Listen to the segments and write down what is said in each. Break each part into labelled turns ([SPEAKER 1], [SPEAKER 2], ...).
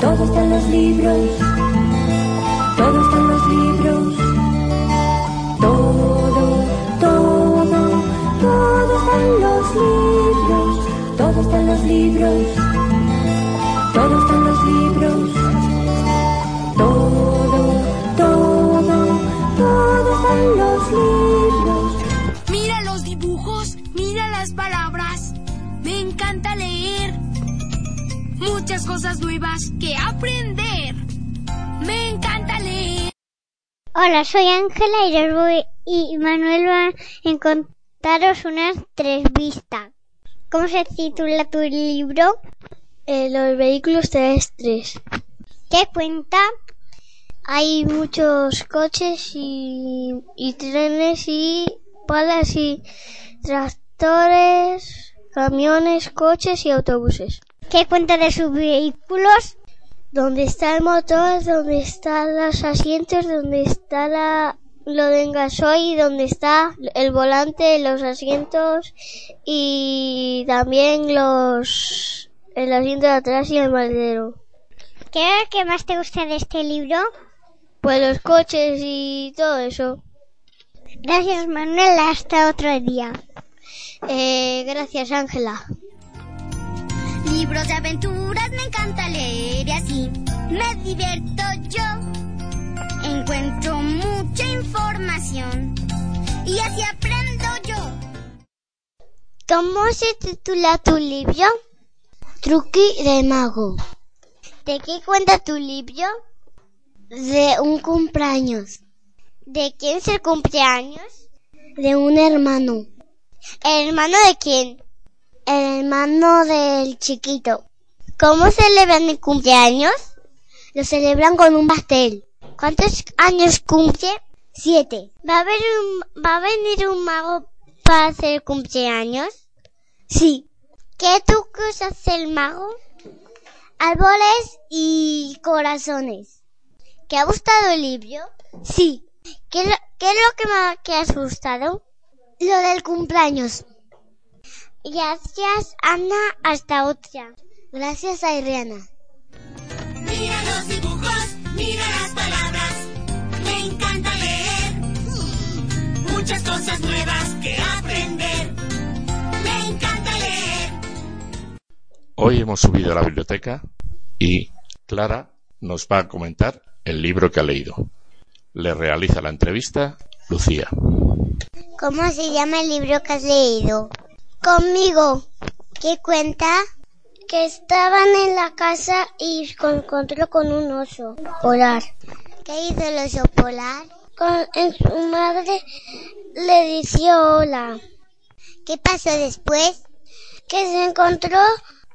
[SPEAKER 1] Todo está en los libros, todo está en los libros, todo, todo, todo está en los libros, todo está en los libros, todo está en los libros, todo, todo, todo está en los libros.
[SPEAKER 2] Mira los dibujos, mira las palabras. Me encanta leer. Muchas cosas nuevas que aprender. Me encanta leer.
[SPEAKER 3] Hola, soy Ángela y les voy- y Manuel va a contaros una entrevista. ¿Cómo se titula tu libro? Eh, los vehículos terrestres. ¿Qué cuenta? Hay muchos coches y, y trenes y palas y tractores, camiones, coches y autobuses. ¿Qué cuenta de sus vehículos? donde está el motor, donde están los asientos, donde está la, lo de engasoil, donde está el volante, los asientos y también los el asiento de atrás y el maletero. ¿Qué es lo que más te gusta de este libro? Pues los coches y todo eso. Gracias Manuel, hasta otro día. Eh, gracias Ángela.
[SPEAKER 2] Libros de aventuras me encanta leer y así me divierto yo. Encuentro mucha información y así aprendo yo.
[SPEAKER 3] ¿Cómo se titula tu libro? Truqui de mago. ¿De qué cuenta tu libro? De un cumpleaños. ¿De quién es el cumpleaños? De un hermano. ¿El hermano de quién? El hermano del chiquito. ¿Cómo celebran el cumpleaños? Lo celebran con un pastel. ¿Cuántos años cumple? Siete. ¿Va a, haber un- ¿Va a venir un mago para hacer el cumpleaños? Sí. ¿Qué trucos hace el mago? Árboles y corazones. ¿Te ha gustado el libro? Sí. ¿Qué, es lo- qué es lo que más que has gustado? Lo del cumpleaños. Gracias, Ana. Hasta otra. Gracias, Adriana.
[SPEAKER 2] Mira los dibujos, mira las palabras. Me encanta leer. Muchas cosas nuevas que aprender. Me encanta leer.
[SPEAKER 4] Hoy hemos subido a la biblioteca y Clara nos va a comentar el libro que ha leído. Le realiza la entrevista Lucía.
[SPEAKER 3] ¿Cómo se llama el libro que has leído? Conmigo. ¿Qué cuenta? Que estaban en la casa y con- encontró con un oso polar. ¿Qué hizo el oso polar? Con, en su madre le dijo hola. ¿Qué pasó después? Que se encontró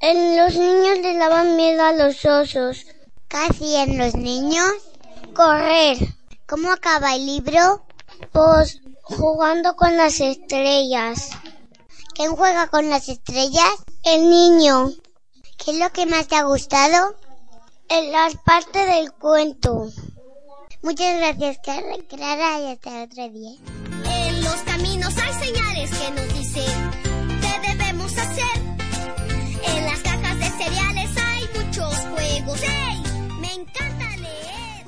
[SPEAKER 3] en los niños le daban miedo a los osos. ¿Qué hacían los niños? Correr. ¿Cómo acaba el libro? Pues jugando con las estrellas. ¿Quién juega con las estrellas? El niño. ¿Qué es lo que más te ha gustado? En las partes del cuento. Muchas gracias, Clara, Clara, y hasta otro día.
[SPEAKER 2] En los caminos hay señales que nos dicen qué debemos hacer. En las cajas de cereales hay muchos juegos. ¡Ey! Me encanta leer.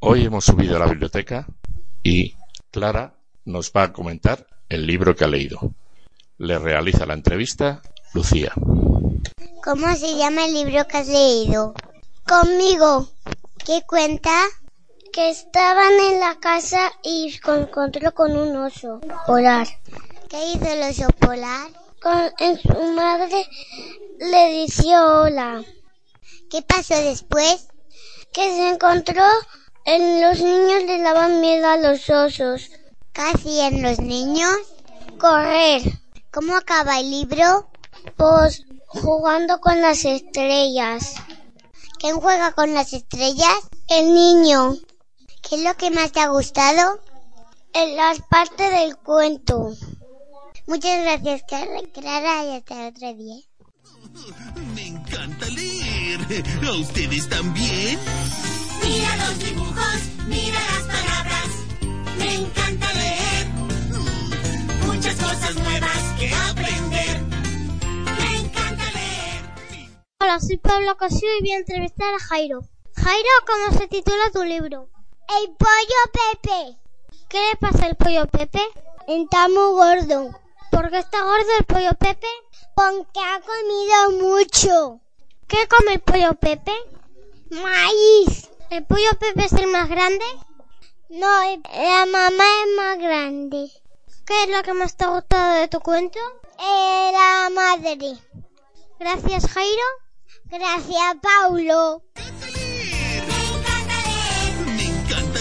[SPEAKER 4] Hoy hemos subido a la biblioteca y Clara nos va a comentar el libro que ha leído. Le realiza la entrevista Lucía.
[SPEAKER 3] ¿Cómo se llama el libro que has leído? Conmigo. ¿Qué cuenta? Que estaban en la casa y con- encontró con un oso polar. ¿Qué hizo el oso polar? Con, en su madre le dijo hola. ¿Qué pasó después? Que se encontró en los niños le daban miedo a los osos. ¿Qué hacían los niños? correr. ¿Cómo acaba el libro? Pues jugando con las estrellas. ¿Quién juega con las estrellas? El niño. ¿Qué es lo que más te ha gustado? En las partes del cuento. Muchas gracias, Clara, Clara, y hasta otro día.
[SPEAKER 5] Me encanta leer. ¿A ustedes también?
[SPEAKER 2] Mira los dibujos, mira las palabras. Me encanta leer. Muchas cosas nuevas que aprender. Me encanta leer.
[SPEAKER 3] Hola, soy Pablo Cosío y voy a entrevistar a Jairo. Jairo, ¿cómo se titula tu libro? El pollo Pepe. ¿Qué le pasa al pollo Pepe? Está muy gordo. ¿Por qué está gordo el pollo Pepe? Porque ha comido mucho. ¿Qué come el pollo Pepe? Maíz. ¿El pollo Pepe es el más grande? No, la mamá es más grande. ¿Qué es lo que más te ha gustado de tu cuento? Eh, la madre. Gracias, Jairo. Gracias, Paulo.
[SPEAKER 2] Me encanta leer.
[SPEAKER 5] Me encanta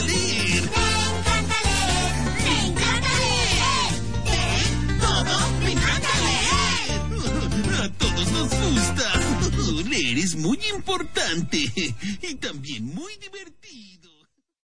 [SPEAKER 2] Me
[SPEAKER 5] leer.
[SPEAKER 2] encanta leer. Me encanta leer. Leer todo. Me encanta leer.
[SPEAKER 5] A todos nos gusta. Leer es muy importante y también muy divertido.